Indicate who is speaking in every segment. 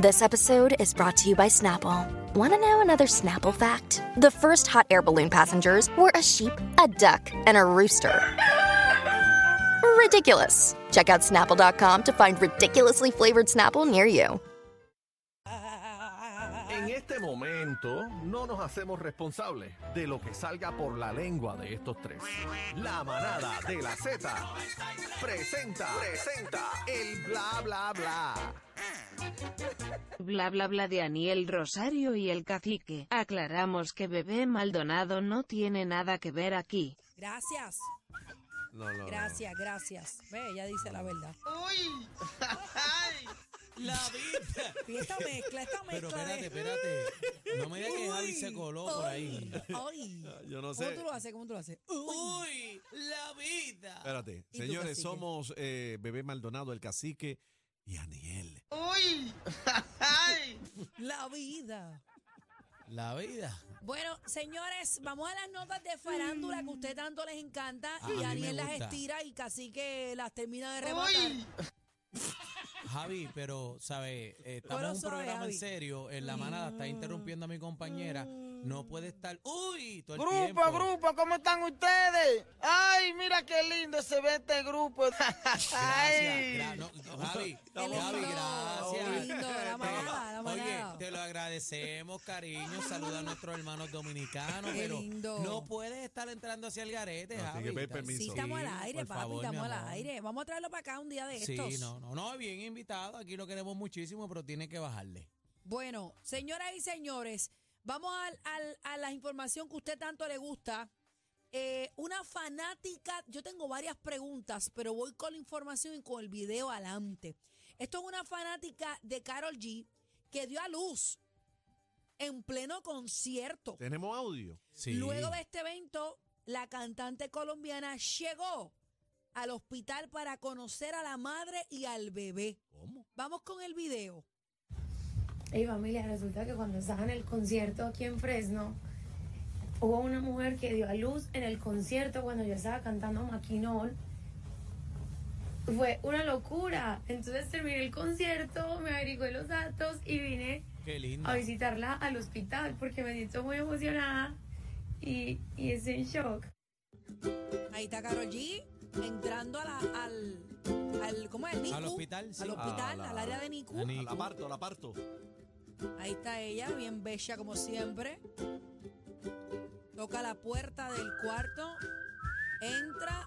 Speaker 1: This episode is brought to you by Snapple. Want to know another Snapple fact? The first hot air balloon passengers were a sheep, a duck, and a rooster. Ridiculous. Check out snapple.com to find ridiculously flavored Snapple near you.
Speaker 2: En este momento no nos hacemos responsables de lo que salga por la lengua de estos tres. La manada de la Z presenta, presenta el bla bla bla.
Speaker 3: Bla bla bla de Aniel Rosario y el cacique. Aclaramos que bebé Maldonado no tiene nada que ver aquí.
Speaker 4: Gracias,
Speaker 2: No, no, no.
Speaker 4: gracias, gracias. Ve, ella dice la verdad.
Speaker 5: ¡Uy! ¡Ay!
Speaker 6: La vida.
Speaker 4: Y esta mezcla, esta
Speaker 6: Pero
Speaker 4: mezcla
Speaker 6: espérate,
Speaker 4: de...
Speaker 6: espérate. No me digas que Javi se coló por ahí.
Speaker 4: Ay,
Speaker 6: Ah,
Speaker 2: Yo no
Speaker 4: ¿Cómo
Speaker 2: sé.
Speaker 4: tú lo haces? ¿Cómo tú lo haces? Uy.
Speaker 6: Uy, la vida.
Speaker 2: Espérate.
Speaker 4: ¿Y tú,
Speaker 2: Señores,
Speaker 4: cacique?
Speaker 2: somos eh, Bebé Maldonado, el cacique y Aniel.
Speaker 5: ¡Uy! ¡Ay!
Speaker 4: La vida.
Speaker 6: La vida.
Speaker 4: Bueno, señores, vamos a las notas de farándula que a usted tanto les encanta.
Speaker 6: Ah, a mí
Speaker 4: y
Speaker 6: me
Speaker 4: Daniel las
Speaker 6: gusta.
Speaker 4: estira y casi que las termina de rematar.
Speaker 5: ¡Uy!
Speaker 6: Javi, pero, ¿sabes? Estamos
Speaker 4: Pero
Speaker 6: en un
Speaker 4: suave,
Speaker 6: programa
Speaker 4: Javi. Mm.
Speaker 6: en serio. En la manada está interrumpiendo a mi compañera. No puede estar. ¡Uy! Todo el tiempo.
Speaker 5: grupo, ¿cómo están ustedes? ¡Ay, mira qué lindo se ve este grupo!
Speaker 6: Gracias. gra- no, no, Javi,
Speaker 4: Qué lindo,
Speaker 6: Javi,
Speaker 4: qué
Speaker 6: gracias. Eh,
Speaker 4: lindo, Ah, la manada, la
Speaker 6: Oye,
Speaker 4: manada.
Speaker 6: te lo agradecemos, cariño. Saluda a nuestros hermanos dominicanos.
Speaker 4: Qué
Speaker 6: pero
Speaker 4: lindo.
Speaker 6: no puedes estar entrando hacia el garete,
Speaker 2: No, tiene
Speaker 6: Javi.
Speaker 2: que pedir
Speaker 6: Está-
Speaker 2: permiso.
Speaker 4: Sí, estamos al aire,
Speaker 6: por
Speaker 4: papi,
Speaker 6: favor, mi
Speaker 4: estamos al
Speaker 6: amor.
Speaker 4: aire. Vamos a traerlo para acá un día de estos.
Speaker 6: Sí, no, no, no, bien invitado, aquí lo queremos muchísimo, pero tiene que bajarle.
Speaker 4: Bueno, señoras y señores, vamos al- al- a la información que usted tanto le gusta. Eh, una fanática, yo tengo varias preguntas, pero voy con la información y con el video adelante. Esto es una fanática de Carol G que dio a luz en pleno concierto.
Speaker 2: Tenemos audio.
Speaker 6: Sí.
Speaker 4: Luego de este evento, la cantante colombiana llegó al hospital para conocer a la madre y al bebé. Vamos con el video.
Speaker 7: Y familia, resulta que cuando estaba en el concierto aquí en Fresno, hubo una mujer que dio a luz en el concierto cuando yo estaba cantando Maquinón. Fue una locura. Entonces terminé el concierto, me averigué los datos y vine
Speaker 6: Qué lindo.
Speaker 7: a visitarla al hospital porque me siento muy emocionada y, y estoy en shock.
Speaker 4: Ahí está Carol G entrando a la, al, al. ¿Cómo es? Al NICU.
Speaker 6: Al hospital, sí. Ah,
Speaker 4: Al hospital,
Speaker 2: A la-
Speaker 4: al área de NICU.
Speaker 6: a Ni-
Speaker 2: A la parto, a la parto.
Speaker 4: Ahí está ella, bien bella como siempre. Toca la puerta del cuarto. Entra.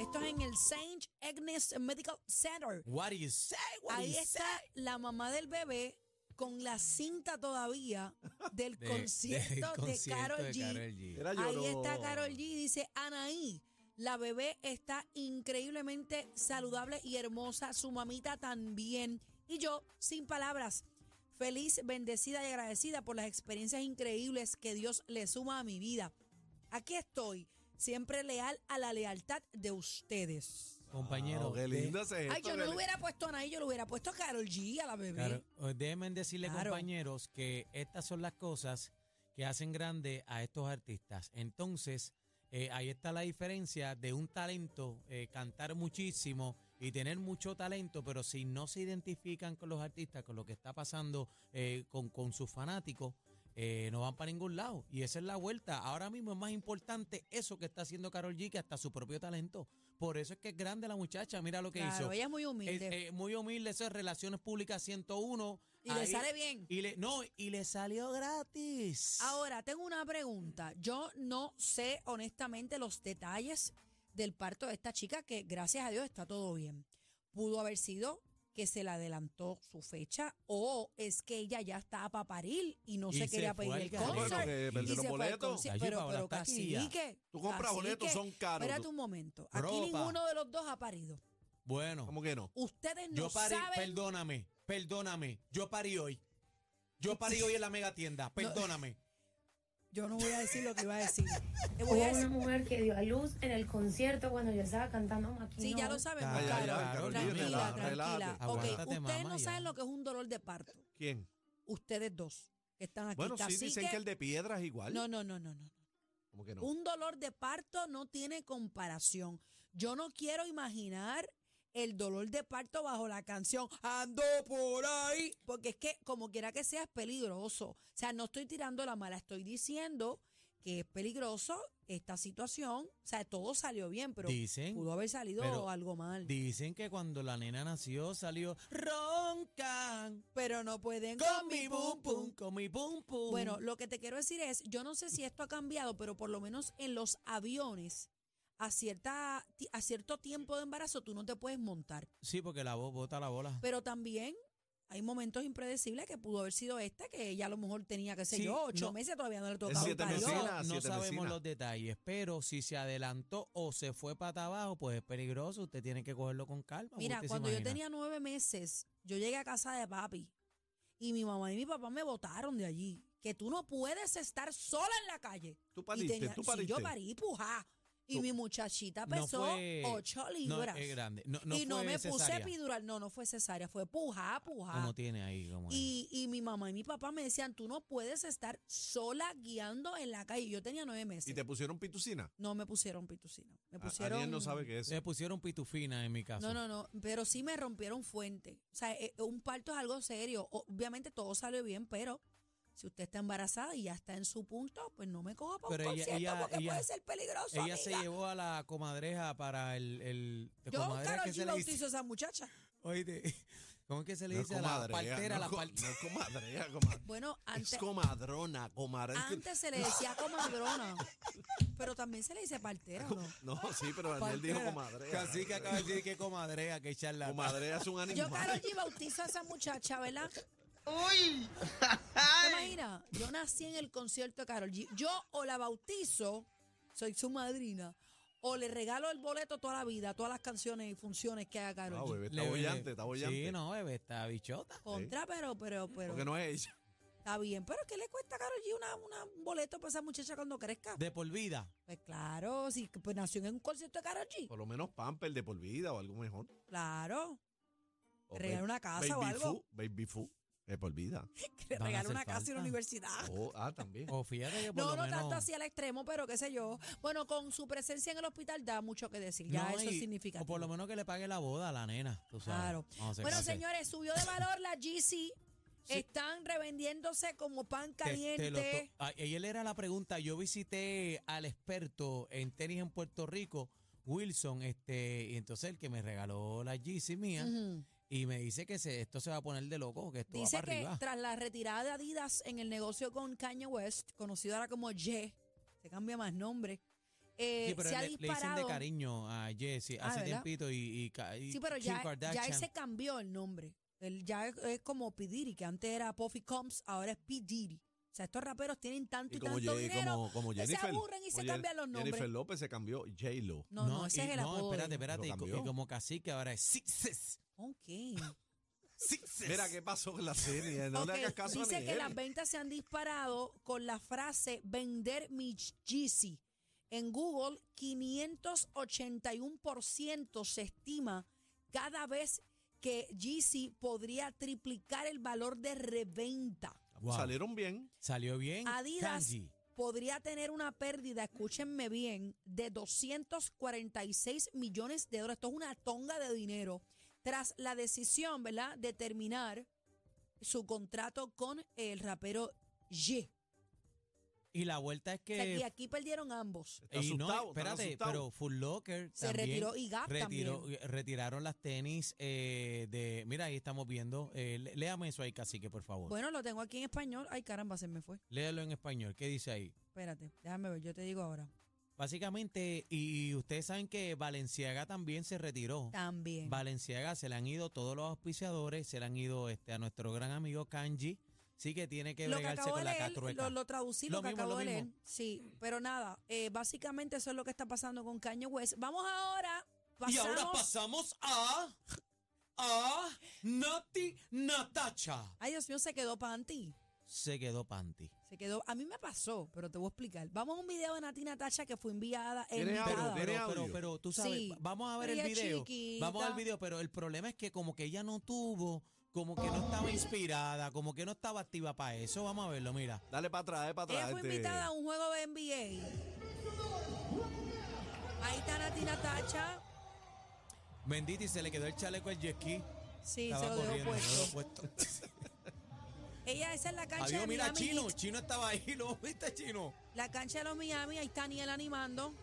Speaker 4: Esto es en el St. Agnes Medical Center.
Speaker 6: What do you say? What do
Speaker 4: Ahí
Speaker 6: you
Speaker 4: está la mamá del bebé con la cinta todavía del
Speaker 6: say? De- del
Speaker 4: concierto de,
Speaker 6: concierto
Speaker 4: Carol
Speaker 6: de
Speaker 4: G.
Speaker 6: Karol G.
Speaker 2: Era
Speaker 4: Ahí
Speaker 2: lloró.
Speaker 4: está Carol G, dice Anaí. La bebé está increíblemente saludable y hermosa, su mamita también. Y yo, sin palabras, feliz, bendecida y agradecida por las experiencias increíbles que Dios le suma a mi vida. Aquí estoy, siempre leal a la lealtad de ustedes.
Speaker 6: Compañero,
Speaker 8: Oh,
Speaker 2: Wow, Ah, qué
Speaker 6: de-
Speaker 2: lindo ese
Speaker 4: Ay,
Speaker 2: gesto,
Speaker 4: yo
Speaker 2: qué
Speaker 4: no le
Speaker 2: li-
Speaker 4: hubiera puesto a Anaí, yo le hubiera puesto a Carol G, a la bebé.
Speaker 6: claro, eh, déjenme decirle,
Speaker 4: Claro.
Speaker 6: compañeros, que estas son las cosas que hacen grande a estos artistas. Entonces, eh, ahí está la diferencia de un talento, eh, cantar muchísimo y tener mucho talento, pero si no se identifican con los artistas, con lo que está pasando eh, con, con sus fanáticos, eh, no van para ningún lado. Y esa es la vuelta. Ahora mismo es más importante eso que está haciendo Carol G que hasta su propio talento. Por eso es que es grande la muchacha. Mira lo que
Speaker 4: Claro,
Speaker 6: hizo.
Speaker 4: ella es muy
Speaker 6: Es,
Speaker 4: humilde.
Speaker 6: eh, muy humilde, eso es Relaciones Públicas 101.
Speaker 4: y le
Speaker 6: Ahí-
Speaker 4: sale bien.
Speaker 6: Y le, no, y le salió gratis.
Speaker 4: Ahora, tengo una pregunta. Yo no sé honestamente los detalles del parto de esta chica que gracias a Dios está todo bien. Pudo haber sido que se le adelantó su fecha o es que ella ya estaba para parir y no
Speaker 6: Y
Speaker 4: se
Speaker 6: se
Speaker 4: quería
Speaker 6: fue
Speaker 4: pedir
Speaker 6: al
Speaker 4: el
Speaker 6: garete.
Speaker 2: Bueno,
Speaker 4: concert.
Speaker 2: que
Speaker 4: Y se
Speaker 2: perdieron
Speaker 4: fue al
Speaker 2: boletos.
Speaker 4: concert.
Speaker 6: Allí
Speaker 4: Pero,
Speaker 6: Paola
Speaker 4: pero
Speaker 6: está aquí ya.
Speaker 4: cacique,
Speaker 2: Tú compras
Speaker 4: cacique,
Speaker 2: boletos, son caros.
Speaker 4: Espérate un momento. Aquí
Speaker 6: Ropa.
Speaker 4: ninguno de los dos ha parido.
Speaker 6: Bueno,
Speaker 8: ¿Cómo que no?
Speaker 4: Ustedes no
Speaker 6: yo parí,
Speaker 4: saben.
Speaker 6: perdóname, perdóname, yo parí hoy. Yo parí hoy en la mega tienda, perdóname.
Speaker 4: Yo no voy a decir lo que iba a decir. Eh, voy a
Speaker 7: Hubo una
Speaker 4: decir.
Speaker 7: mujer que dio a luz en el concierto cuando yo estaba cantando Maquino.
Speaker 4: Sí, ya lo sabemos,
Speaker 6: Ya, ya,
Speaker 4: Carol.
Speaker 6: ya, Carol,
Speaker 4: tranquila,
Speaker 6: relaja,
Speaker 4: tranquila.
Speaker 6: relájate.
Speaker 4: Ok,
Speaker 6: Aguántate,
Speaker 4: ustedes
Speaker 6: mamá,
Speaker 4: no
Speaker 6: ya.
Speaker 4: saben lo que es un dolor de parto.
Speaker 8: ¿Quién?
Speaker 4: Ustedes dos que están aquí.
Speaker 8: Bueno, sí, dicen
Speaker 4: Cacique-
Speaker 8: que el de piedra es igual.
Speaker 4: No, Uh, no, no, no, no.
Speaker 8: ¿Cómo que no?
Speaker 4: Un dolor de parto no tiene comparación. Yo no quiero imaginar el dolor de parto bajo la canción Ando por ahí, porque es que como quiera que sea es peligroso. O sea, no estoy tirando la mala, estoy diciendo que es peligroso esta situación. O sea, todo salió bien, pero
Speaker 6: Dicen,
Speaker 4: pudo haber salido
Speaker 6: pero
Speaker 4: algo mal.
Speaker 6: dicen que cuando la nena nació salió roncan
Speaker 4: Pero no pueden
Speaker 6: con mi pum pum, con mi pum pum.
Speaker 4: Bueno, lo que te quiero decir es, yo no sé si esto ha cambiado, pero por lo menos en los aviones, a, cierta, ti- a cierto tiempo de embarazo tú no te puedes montar.
Speaker 6: sí, porque la voz bota la bola.
Speaker 4: Pero también hay momentos impredecibles que pudo haber sido esta, que ella a lo mejor tenía, qué sé
Speaker 6: Sí,
Speaker 4: yo, ocho
Speaker 6: no.
Speaker 4: meses, todavía no le
Speaker 8: Es
Speaker 4: tocaba un
Speaker 8: siete
Speaker 4: parió.
Speaker 8: vecinas,
Speaker 6: no
Speaker 8: siete
Speaker 6: sabemos
Speaker 8: vecinas.
Speaker 6: los detalles, pero si se adelantó o se fue para abajo, pues es peligroso. Usted tiene que cogerlo con calma.
Speaker 4: Mira,
Speaker 6: usted se
Speaker 4: cuando yo
Speaker 6: imagina.
Speaker 4: tenía nueve meses, yo llegué a casa de papi y mi mamá y mi papá me botaron de allí. Que tú no puedes estar sola en la calle.
Speaker 8: Tú
Speaker 4: Y
Speaker 8: pariste,
Speaker 4: tenía-
Speaker 8: tú
Speaker 4: sí,
Speaker 8: pariste.
Speaker 4: yo parí, puja. Y
Speaker 8: Tú-
Speaker 4: mi muchachita
Speaker 6: No
Speaker 4: pesó
Speaker 6: fue-
Speaker 4: ocho
Speaker 6: No,
Speaker 4: libras.
Speaker 6: es grande. No, no
Speaker 4: y no
Speaker 6: fue
Speaker 4: me puse
Speaker 6: cesárea.
Speaker 4: epidural. No, no fue cesárea, fue puja, puja.
Speaker 6: Como tiene ahí, como
Speaker 4: Y, y mi mamá y mi papá me decían, tú no puedes estar sola guiando en la calle. Yo tenía nueve meses.
Speaker 8: ¿Y te pusieron pitucina?
Speaker 4: No me pusieron pitucina. Me
Speaker 8: A-
Speaker 4: pusieron...
Speaker 8: Ariel no sabe qué es.
Speaker 6: Le pusieron pitufina en mi caso.
Speaker 4: No, no, no, pero sí me rompieron fuente. O sea, eh, un parto es algo serio. Obviamente todo salió bien, pero si usted está embarazada y ya está en su punto, pues no me coja para
Speaker 6: Pero
Speaker 4: un
Speaker 6: ella-
Speaker 4: concierto
Speaker 6: ella-
Speaker 4: porque
Speaker 6: ella-
Speaker 4: puede ser peligroso,
Speaker 6: Ella
Speaker 4: amiga.
Speaker 6: se llevó a la comadreja para el. el de
Speaker 4: Yo,
Speaker 6: comadreja
Speaker 4: Carol
Speaker 6: Pues que se
Speaker 4: G,
Speaker 6: le dice.
Speaker 4: bautizo a esa muchacha.
Speaker 6: Oíste, ¿Cómo es que se le
Speaker 8: No es
Speaker 6: dice a la
Speaker 8: comadrea,
Speaker 6: partera?
Speaker 8: no
Speaker 6: la
Speaker 8: es co-
Speaker 6: par-
Speaker 8: no es comadrea, comadre.
Speaker 4: Bueno,
Speaker 8: Es
Speaker 4: antes,
Speaker 8: comadrona, comadrona.
Speaker 4: antes se le decía comadrona, pero también se le dice partera, ¿no?
Speaker 8: No, sí, pero Daniel dijo
Speaker 6: partera.
Speaker 8: comadrea.
Speaker 6: Casi que acaba de decir que comadreja, que charla.
Speaker 8: Comadrea es un
Speaker 4: Yo,
Speaker 8: animal.
Speaker 4: Carol G, bautizo a esa muchacha, ¿verdad?
Speaker 5: ¡Uy!
Speaker 4: ¿Te imaginas? Yo nací en el concierto de Carol G. Yo o la bautizo, soy su madrina, o le regalo el boleto toda la vida, todas las canciones y funciones que haga Carol
Speaker 8: Ah,
Speaker 4: G.
Speaker 8: bebé, está bollante, está bollante.
Speaker 6: Sí, no, bebé, está bichota.
Speaker 4: Contra, pero, pero, pero.
Speaker 8: Porque no es ella.
Speaker 4: Está bien. Pero ¿qué le cuesta a Carol G una, una- un boleto para esa muchacha cuando crezca?
Speaker 6: De por vida.
Speaker 4: Pues claro, si pues, nació en un concierto de Carol G.
Speaker 8: Por lo menos pamper de por vida o algo mejor.
Speaker 4: Claro.
Speaker 8: O
Speaker 4: Regalar
Speaker 8: ba-
Speaker 4: una casa o
Speaker 8: baby
Speaker 4: algo.
Speaker 8: Fu, baby Fu, de por vida.
Speaker 4: Que le
Speaker 6: Van a
Speaker 4: regale
Speaker 6: hacer
Speaker 4: una casa y una
Speaker 6: falta.
Speaker 4: universidad.
Speaker 8: Oh, ah, también.
Speaker 6: O fíjate que por
Speaker 4: No,
Speaker 6: lo
Speaker 4: no
Speaker 6: menos.
Speaker 4: tanto así al extremo, pero qué sé yo. Bueno, con su presencia en el hospital da mucho que decir. Ya
Speaker 6: No,
Speaker 4: eso
Speaker 6: y-
Speaker 4: es significativo.
Speaker 6: O por lo menos que le pague la boda a la nena. Tú sabes.
Speaker 4: Claro.
Speaker 6: Vamos a hacer-
Speaker 4: Bueno,
Speaker 6: vamos a hacer.
Speaker 4: señores, subió de valor la GC. Están revendiéndose como pan
Speaker 6: Te- te
Speaker 4: caliente.
Speaker 6: lo to- Ay, Ayer era la pregunta. Yo visité al experto en tenis en Puerto Rico, Wilson, este, y entonces el que me regaló la GC mía,
Speaker 4: Ujú.
Speaker 6: y me dice que se, esto se va a poner de loco, que esto
Speaker 4: Dice
Speaker 6: va para
Speaker 4: que
Speaker 6: arriba.
Speaker 4: tras la retirada de Adidas en el negocio con Kanye West, conocido ahora como Ye, se cambia más nombre, eh,
Speaker 6: Sí, pero
Speaker 4: se ha
Speaker 6: le, le dicen
Speaker 4: disparado.
Speaker 6: de cariño a Jesse
Speaker 4: Ah,
Speaker 6: hace
Speaker 4: ¿verdad?
Speaker 6: tiempito y, y, ca- y
Speaker 4: sí, pero
Speaker 6: Kim
Speaker 4: ya, ya
Speaker 6: Kardashian.
Speaker 4: él se cambió el nombre. Él ya es, es como P. Diddy, que antes era Puffy Combs, ahora es P. Diddy. O sea, estos raperos tienen tanto y,
Speaker 8: Y como,
Speaker 4: tanto
Speaker 8: Ye-
Speaker 4: dinero.
Speaker 8: como, como
Speaker 4: que se
Speaker 8: Jennifer.
Speaker 4: aburren y se
Speaker 8: como Jen-
Speaker 4: cambian los nombres.
Speaker 8: Jennifer López se cambió J-Lo.
Speaker 4: No, no, ese
Speaker 6: y-
Speaker 4: es el
Speaker 6: no,
Speaker 4: apodo. de ella.
Speaker 6: espérate, espérate.
Speaker 8: Lo
Speaker 6: Y, co- y
Speaker 8: cambió.
Speaker 6: como cacique ahora es Sixes.
Speaker 4: Ok.
Speaker 6: Sixes.
Speaker 8: Mira qué pasó con la serie. No le
Speaker 4: Ok,
Speaker 8: hagas caso
Speaker 4: dice
Speaker 8: a
Speaker 4: que
Speaker 8: Aniel.
Speaker 4: las ventas se han disparado con la frase vender mi Yeezy. En Google, 581% se estima cada vez que Yeezy podría triplicar el valor de reventa.
Speaker 6: Wow,
Speaker 8: Salieron bien.
Speaker 6: Salió bien.
Speaker 4: Adidas.
Speaker 6: Kanji.
Speaker 4: Podría tener una pérdida, escúchenme bien, de 246 millones de dólares. Esto es una tonga de dinero. Tras la decisión, ¿verdad?, de terminar su contrato con el rapero Ye.
Speaker 6: Y la vuelta es
Speaker 4: O sea, y
Speaker 6: que.
Speaker 4: aquí perdieron ambos.
Speaker 8: Está
Speaker 6: y no,
Speaker 8: asustado, están
Speaker 6: espérate,
Speaker 8: asustados.
Speaker 6: pero Full Locker
Speaker 4: Se
Speaker 6: también
Speaker 4: retiró y Gap
Speaker 6: retiró- eh,
Speaker 4: también.
Speaker 6: retiraron las tenis eh, de. Mira, ahí estamos viendo. Eh, lé- léame eso ahí, cacique, por favor.
Speaker 4: Bueno, lo tengo aquí en español. Ay, caramba, se me fue.
Speaker 6: Léalo en español. ¿Qué dice ahí?
Speaker 4: Espérate, déjame ver, yo te digo ahora.
Speaker 6: Básicamente, y ustedes saben que Valenciaga también se retiró.
Speaker 4: También.
Speaker 6: Valenciaga se le han ido todos los auspiciadores, se le han ido este, a nuestro gran amigo Kanji. Sí que tiene que
Speaker 4: Lo que
Speaker 6: bregarse
Speaker 4: acabo de
Speaker 6: con la
Speaker 4: leer,
Speaker 6: catrueca.
Speaker 4: lo, lo traducí, lo,
Speaker 6: Lo
Speaker 4: que
Speaker 6: mismo,
Speaker 4: acabo
Speaker 6: lo
Speaker 4: de leer.
Speaker 6: mismo.
Speaker 4: Sí, pero nada, eh, básicamente eso es lo que está pasando con Kanye West. Vamos ahora
Speaker 6: Y ahora
Speaker 4: Pasamos-
Speaker 6: pasamos a. a. Nati Natacha.
Speaker 4: Ay, Dios mío, se quedó panty.
Speaker 6: Se quedó panty.
Speaker 4: Se quedó. A mí me pasó, pero te voy a explicar. Vamos a un video de Natina Tacha que fue enviada.
Speaker 8: ¿Tiene
Speaker 4: enviada.
Speaker 8: audio? ¿Tiene
Speaker 6: Pero, pero, pero,
Speaker 8: audio?
Speaker 6: pero, tú sabes,
Speaker 4: Sí.
Speaker 6: vamos a ver
Speaker 4: Pero
Speaker 6: el
Speaker 4: ella
Speaker 6: video.
Speaker 4: chiquita.
Speaker 6: Vamos al video, pero el problema es que como que ella no tuvo, como que no estaba inspirada, como que no estaba activa para eso. Vamos a verlo, mira.
Speaker 8: Dale para atrás, dale para atrás.
Speaker 4: Ella fue
Speaker 8: este.
Speaker 4: invitada a un juego de NBA. Ahí está Natina Tacha.
Speaker 6: Bendita y se le quedó el chaleco al jet ski.
Speaker 4: Sí, se
Speaker 6: Estaba
Speaker 4: lo dejó
Speaker 6: corriendo, se lo
Speaker 4: puesto.
Speaker 6: dejó puesto.
Speaker 4: Ella esa es la cancha
Speaker 6: Adiós,
Speaker 4: de
Speaker 6: mira,
Speaker 4: Miami
Speaker 6: Chino.
Speaker 4: Heat.
Speaker 6: Chino estaba ahí, ¿lo viste, Chino?
Speaker 4: La cancha de los Miami, ahí está Niel animando.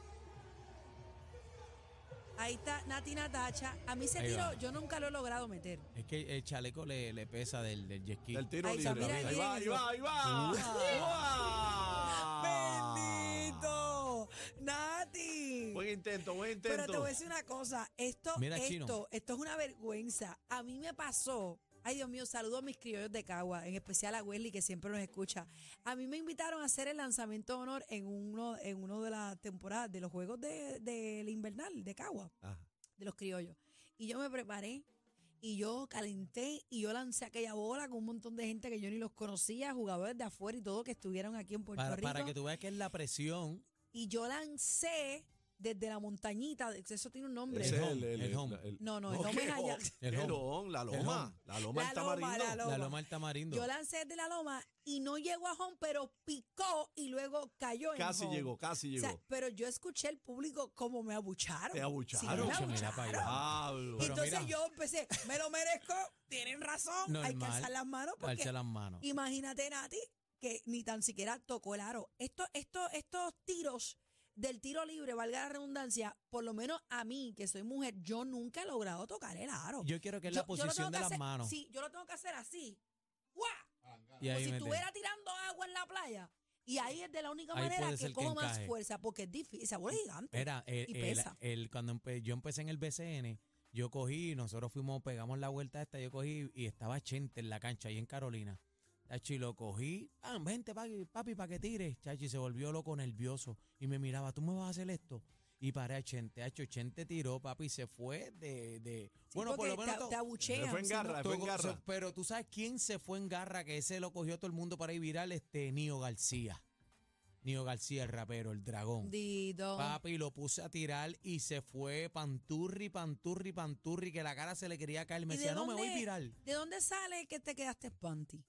Speaker 4: Ahí está Natina Tacha. A mí se
Speaker 6: Ahí
Speaker 4: tiró,
Speaker 6: va.
Speaker 4: yo nunca lo he logrado meter.
Speaker 6: Es que el chaleco le, le pesa del, del jet ski.
Speaker 8: Del tiro
Speaker 4: Ahí está,
Speaker 8: libre.
Speaker 4: mira,
Speaker 8: ahí va, ahí
Speaker 4: miren
Speaker 8: va, ahí va. Ah.
Speaker 4: ¡Bendito! ¡Nati!
Speaker 8: Buen intento, buen
Speaker 4: Pero te
Speaker 8: intento.
Speaker 4: voy a decir una cosa, esto,
Speaker 6: Mira, Chino.
Speaker 4: esto, esto es una vergüenza. A mí me pasó. Ay, Dios mío, saludo a mis criollos de Cagua, en especial a Welly, que siempre nos escucha. A mí me invitaron a hacer el lanzamiento de honor en uno, en uno de las temporadas de los Juegos de- del Invernal de Cagua,
Speaker 8: Ajá.
Speaker 4: de los criollos. Y yo me preparé, y yo calenté, y yo lancé aquella bola con un montón de gente que yo ni los conocía, jugadores de afuera y todo que estuvieron aquí en Puerto
Speaker 6: para,
Speaker 4: Rico.
Speaker 6: para que tú veas que es la presión.
Speaker 4: Y yo lancé desde la montañita, eso tiene un nombre.
Speaker 8: Ese
Speaker 6: El
Speaker 8: es
Speaker 6: home, el home.
Speaker 4: No, no, el home es
Speaker 8: ¿qué
Speaker 4: allá.
Speaker 8: home?
Speaker 6: El
Speaker 8: El
Speaker 6: home.
Speaker 8: home, la
Speaker 6: El
Speaker 8: loma. La loma,
Speaker 4: La
Speaker 8: el
Speaker 4: loma,
Speaker 8: tamarindo.
Speaker 4: la
Speaker 6: La
Speaker 4: Loma.
Speaker 6: loma del tamarindo.
Speaker 4: Yo lancé desde la loma y no llegó a home, pero picó y luego cayó en
Speaker 8: Casi
Speaker 4: home.
Speaker 8: llegó, casi
Speaker 4: O
Speaker 8: llegó.
Speaker 4: sea, pero yo escuché el público como me abucharon.
Speaker 8: Te abucharon.
Speaker 4: Sí, me
Speaker 6: Mucho, mira
Speaker 4: abucharon.
Speaker 6: para allá.
Speaker 8: Pablo.
Speaker 4: Y
Speaker 6: Pero
Speaker 4: entonces
Speaker 6: mira.
Speaker 4: yo empecé, me lo merezco, tienen razón, hay que
Speaker 6: Normal.
Speaker 4: alzar las manos porque
Speaker 6: Alza las manos.
Speaker 4: imagínate Nati que ni tan siquiera tocó el aro. Esto, esto, estos tiros del tiro libre, valga la redundancia, por lo menos a mí que soy mujer, yo nunca he logrado tocar el aro.
Speaker 6: Yo quiero que es
Speaker 4: Yo-
Speaker 6: la
Speaker 4: yo lo tengo que
Speaker 6: posición de las
Speaker 4: hacer-
Speaker 6: manos.
Speaker 4: Sí, yo lo tengo que hacer así. ¡Guau!
Speaker 6: y
Speaker 4: Como
Speaker 6: ahí
Speaker 4: Pues si
Speaker 6: mete.
Speaker 4: estuviera tirando agua en la playa. Y ahí es de la única
Speaker 6: Ahí
Speaker 4: manera
Speaker 6: puede
Speaker 4: que
Speaker 6: ser que
Speaker 4: cojo más
Speaker 6: encaje.
Speaker 4: fuerza, porque es difícil. Esa bola es gigante.
Speaker 6: Era, el,
Speaker 4: y
Speaker 6: el-
Speaker 4: pesa.
Speaker 6: el- cuando empe- yo empecé en el BCN, yo cogí, nosotros fuimos, pegamos la vuelta esta, yo cogí y estaba Chente en la cancha ahí en Carolina. Chachi, lo cogí, ah, vente papi, papi para que tires. Chachi se volvió loco nervioso y me miraba, ¿tú me vas a hacer esto? Y paré a Chente, a Chente tiró, papi, se fue de... de
Speaker 4: Sí, porque te,
Speaker 6: to-
Speaker 4: te abuchean.
Speaker 8: Se fue en
Speaker 4: si
Speaker 8: garra.
Speaker 4: no-
Speaker 8: Ah, fue en
Speaker 6: tocó-
Speaker 8: garra.
Speaker 6: se- pero tú sabes quién se fue en garra, que ese lo cogió todo el mundo para ir viral, este Nio García. Nio García, el rapero, el dragón.
Speaker 4: Dito.
Speaker 6: Papi, lo puse a tirar y se fue panturri, panturri, panturri, que la cara se le quería caer. Me
Speaker 4: ¿Y de
Speaker 6: decía, no, me
Speaker 4: dónde-
Speaker 6: voy
Speaker 8: Eh,
Speaker 6: viral.
Speaker 4: ¿De dónde sale que te quedaste panty?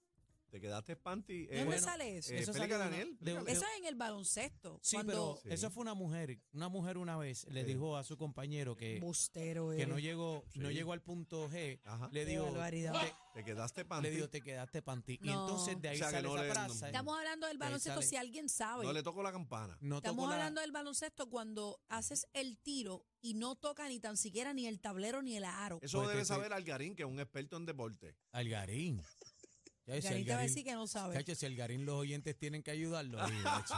Speaker 8: Te quedaste panty.
Speaker 4: ¿De dónde sale eso?
Speaker 8: Eh,
Speaker 6: Eso
Speaker 8: explica,
Speaker 6: salió de una-
Speaker 8: Daniel.
Speaker 6: de un-
Speaker 8: explícale.
Speaker 4: Eso es en el baloncesto.
Speaker 6: Sí,
Speaker 4: cuando
Speaker 6: pero eso fue una mujer. Una mujer una vez le
Speaker 8: Sí.
Speaker 6: dijo a su compañero que,
Speaker 4: Bustero
Speaker 6: eh, que
Speaker 4: eres.
Speaker 6: no llegó no
Speaker 8: Sí.
Speaker 6: llegó al punto G.
Speaker 8: Ajá.
Speaker 6: Le
Speaker 4: Qué
Speaker 6: dijo,
Speaker 4: barbaridad.
Speaker 6: te,
Speaker 8: Te quedaste
Speaker 6: le
Speaker 8: panty.
Speaker 6: dijo, te quedaste panty. Y
Speaker 4: No.
Speaker 6: entonces de
Speaker 8: O
Speaker 6: ahí
Speaker 8: sea, que
Speaker 6: sale
Speaker 8: no
Speaker 6: esa
Speaker 8: le-
Speaker 6: frase.
Speaker 4: Estamos hablando del
Speaker 6: De ahí
Speaker 4: baloncesto,
Speaker 6: sale.
Speaker 4: si alguien sabe.
Speaker 8: No le tocó la campana.
Speaker 6: no
Speaker 4: Estamos
Speaker 6: tocó la-
Speaker 4: hablando del baloncesto cuando haces el tiro y no toca ni tan siquiera ni el tablero ni el aro.
Speaker 8: Eso
Speaker 6: Pues
Speaker 8: debe
Speaker 6: te-
Speaker 8: saber Algarín, que es un experto en deporte.
Speaker 6: Algarín. Ya
Speaker 4: Y
Speaker 6: decía,
Speaker 4: ahí te va a
Speaker 6: Algarín.
Speaker 4: decir que no ¿eh? sabe.
Speaker 6: Chacho, si Algarín los oyentes tienen que ayudarlo. ahí, chacho.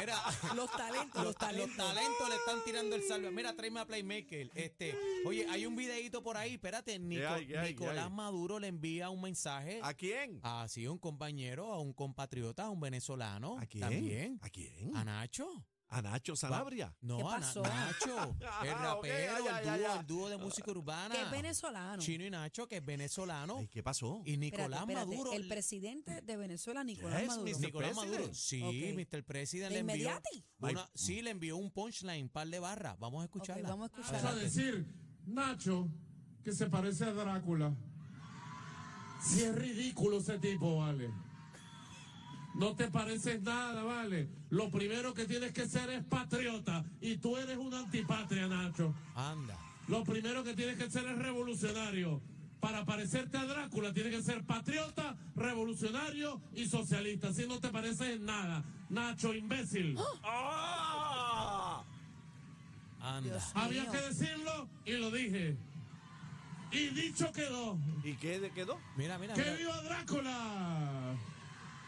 Speaker 6: Mira,
Speaker 4: Los talentos, los
Speaker 6: ta-
Speaker 4: talentos.
Speaker 6: le están tirando el salve. Mira, tráeme a Playmaker. Este, oye, hay un videito por ahí. Espérate, Nico-
Speaker 8: hay, qué hay, qué
Speaker 6: Nicolás
Speaker 8: hay?
Speaker 6: Maduro le envía un mensaje
Speaker 8: ¿A quién?
Speaker 6: a sí, un compañero, a un compatriota, a un venezolano.
Speaker 8: ¿A quién?
Speaker 6: También.
Speaker 8: ¿A quién?
Speaker 6: A Nacho.
Speaker 8: A Nacho Sanabria.
Speaker 6: No,
Speaker 4: ¿Qué
Speaker 6: a Na-
Speaker 4: pasó?
Speaker 6: Nacho. El
Speaker 8: Ah, ok,
Speaker 6: rapero,
Speaker 8: ya,
Speaker 6: el
Speaker 8: ya,
Speaker 6: dúo,
Speaker 8: ya.
Speaker 6: el dúo de música urbana.
Speaker 4: Que es venezolano.
Speaker 6: Chino y Nacho, que es venezolano.
Speaker 8: Ay, ¿Qué pasó?
Speaker 6: Y
Speaker 4: Espérate,
Speaker 6: Nicolás
Speaker 4: espérate,
Speaker 6: Maduro.
Speaker 4: El presidente de Venezuela, Nicolás
Speaker 8: Yes,
Speaker 4: Maduro.
Speaker 8: Mr.
Speaker 6: Nicolás
Speaker 8: President.
Speaker 6: Maduro. Sí,
Speaker 4: Ok.
Speaker 6: Mr. President
Speaker 4: ¿De
Speaker 6: le envió.
Speaker 4: inmediati?
Speaker 6: una- sí, le envió un punchline, par de barras. Vamos a escucharla.
Speaker 4: Ok, vamos a escucharla.
Speaker 9: Vamos a decir, Nacho, que se parece a Drácula. Si es ridículo ese tipo, vale. No te pareces nada, vale. Lo primero que tienes que ser es patriota. Y tú eres un antipatria, Nacho.
Speaker 6: Anda.
Speaker 9: Lo primero que tienes que ser es revolucionario. Para parecerte a Drácula tienes que ser patriota, revolucionario y socialista. Si no te pareces en nada, Nacho, imbécil.
Speaker 8: ¡Ah!
Speaker 6: Anda.
Speaker 4: Dios
Speaker 9: Había
Speaker 4: mío.
Speaker 9: que decirlo y lo dije. Y dicho quedó.
Speaker 8: ¿Y qué de- quedó?
Speaker 6: Mira, mira,
Speaker 9: ¡Que
Speaker 6: mira.
Speaker 9: viva Drácula!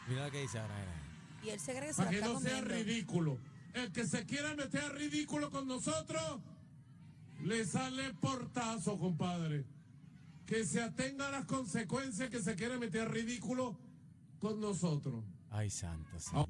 Speaker 6: Mira lo que dice ahora. mira.
Speaker 4: Y él se cree que se
Speaker 9: Para
Speaker 4: la
Speaker 9: que
Speaker 4: está
Speaker 9: no sea
Speaker 4: comiendo.
Speaker 9: ridículo. El que se quiera meter a ridículo con nosotros, le sale portazo, compadre. Que se atenga a las consecuencias que se quiere meter a ridículo con nosotros.
Speaker 6: Ay, santo señor.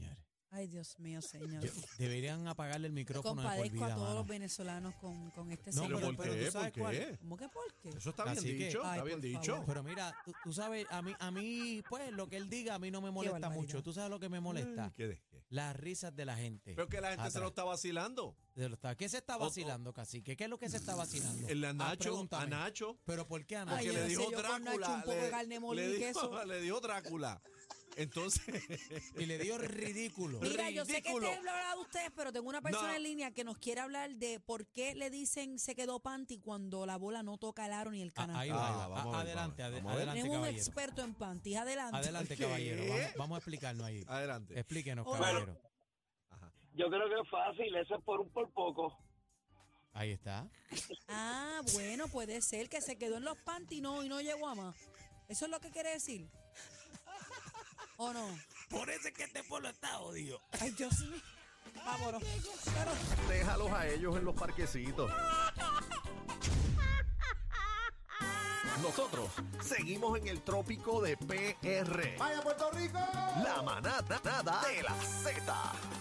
Speaker 4: Ay, Dios mío, señor.
Speaker 6: Deberían apagarle el micrófono de por
Speaker 4: Compadezco
Speaker 6: vida,
Speaker 4: a todos
Speaker 6: mano.
Speaker 4: los venezolanos con, con este
Speaker 6: No,
Speaker 4: señor.
Speaker 6: pero- pero ¿tú sabes cuál?
Speaker 4: ¿Cómo que por qué?
Speaker 8: Eso está bien
Speaker 6: Así que-
Speaker 8: dicho,
Speaker 4: Ay,
Speaker 8: está bien
Speaker 4: por
Speaker 8: dicho.
Speaker 4: favor.
Speaker 6: Pero mira, tú, tú sabes, a mí, a mí, pues lo que él diga, a mí no me molesta
Speaker 4: barbaridad.
Speaker 6: mucho. ¿Tú sabes lo que me molesta?
Speaker 8: Ay, ¿qué de- qué?
Speaker 6: Las risas de la gente.
Speaker 8: Pero que la gente se lo
Speaker 6: Atrás.
Speaker 8: está vacilando.
Speaker 6: De los tabacos. ¿Qué se está
Speaker 8: O- o-
Speaker 6: vacilando, cacique? ¿Qué es lo que se está vacilando?
Speaker 8: El
Speaker 6: Ah,
Speaker 8: a Nacho, a
Speaker 6: pregúntame.
Speaker 8: Nacho.
Speaker 6: ¿Pero por qué a
Speaker 8: Porque
Speaker 4: Ay,
Speaker 6: Nacho?
Speaker 8: le
Speaker 4: yo no sé,
Speaker 8: dijo
Speaker 4: yo con Nacho,
Speaker 8: Drácula.
Speaker 4: un poco de carne molida
Speaker 8: le
Speaker 4: y
Speaker 8: dijo-
Speaker 4: queso.
Speaker 8: le dijo Drácula. Entonces,
Speaker 6: Y le dio ridículo.
Speaker 4: Mira, yo sé que
Speaker 8: Ridículo.
Speaker 4: te he hablado de ustedes, pero tengo una persona
Speaker 8: No.
Speaker 4: en línea que nos quiere hablar de por qué le dicen se quedó panty cuando la bola no toca el aro ni el
Speaker 6: Ah,
Speaker 4: canal.
Speaker 6: ahí va,
Speaker 8: Ah,
Speaker 6: ahí va.
Speaker 8: vamos a ver, vamos
Speaker 6: adelante,
Speaker 8: a
Speaker 6: ade-
Speaker 8: ver.
Speaker 4: Tenemos
Speaker 6: adelante,
Speaker 4: un
Speaker 6: caballero.
Speaker 4: experto en panty. Adelante.
Speaker 6: Adelante,
Speaker 8: ¿Qué?
Speaker 6: caballero. Vamos, vamos a explicarnos ahí.
Speaker 8: adelante.
Speaker 6: Explíquenos,
Speaker 4: Hola.
Speaker 6: caballero.
Speaker 10: Yo creo que es fácil, eso es por un por poco.
Speaker 6: Ahí está.
Speaker 4: Ah, bueno, puede ser que se quedó en los panty no, y no llegó a más. ¿Eso es lo que quiere decir? ¿O no?
Speaker 6: Por eso es que este pueblo está odio.
Speaker 4: Ay, Dios mío. Vámonos. Pero-
Speaker 2: Déjalos a ellos en los parquecitos. Nosotros seguimos en el trópico de PR.
Speaker 8: Puerto Rico!
Speaker 2: La manada de la Z.